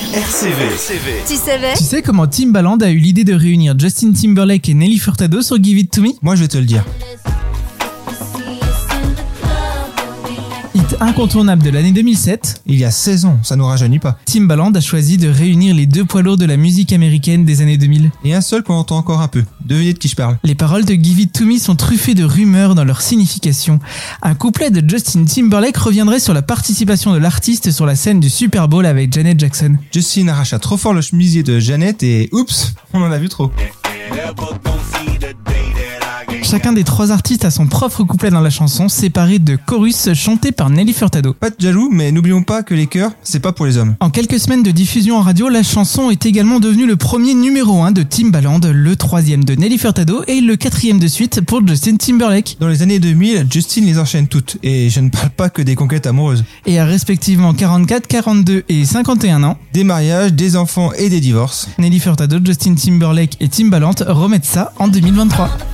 RCV. Tu savais Tu sais comment Timbaland a eu l'idée de réunir Justin Timberlake et Nelly Furtado sur Give It To Me Moi, je vais te le dire. Hit incontournable de l'année 2007, Il y a 16 ans, ça nous rajeunit pas. Timbaland a choisi de réunir les deux poids lourds de la musique américaine des années 2000. Et un seul qu'on entend encore un peu. Devinez de qui je parle. Les paroles de Give It To Me sont truffées de rumeurs dans leur signification. Un couplet de Justin Timberlake reviendrait sur la participation de l'artiste sur la scène du Super Bowl avec Janet Jackson. Justin arracha trop fort le chemisier de Jeannette et oups, on en a vu trop. Chacun des trois artistes a son propre couplet dans la chanson, séparé de chorus chantés par Nelly Furtado. Pas de jaloux, mais n'oublions pas que les cœurs, c'est pas pour les hommes. En quelques semaines de diffusion en radio, la chanson est également devenue le premier numéro 1 de Timbaland, le troisième de Nelly Furtado et le quatrième de suite pour Justin Timberlake. Dans les années 2000, Justin les enchaîne toutes, et je ne parle pas que des conquêtes amoureuses. Et à respectivement 44, 42 et 51 ans, Des mariages, des enfants et des divorces. Nelly Furtado, Justin Timberlake et Timbaland remettent ça en 2023.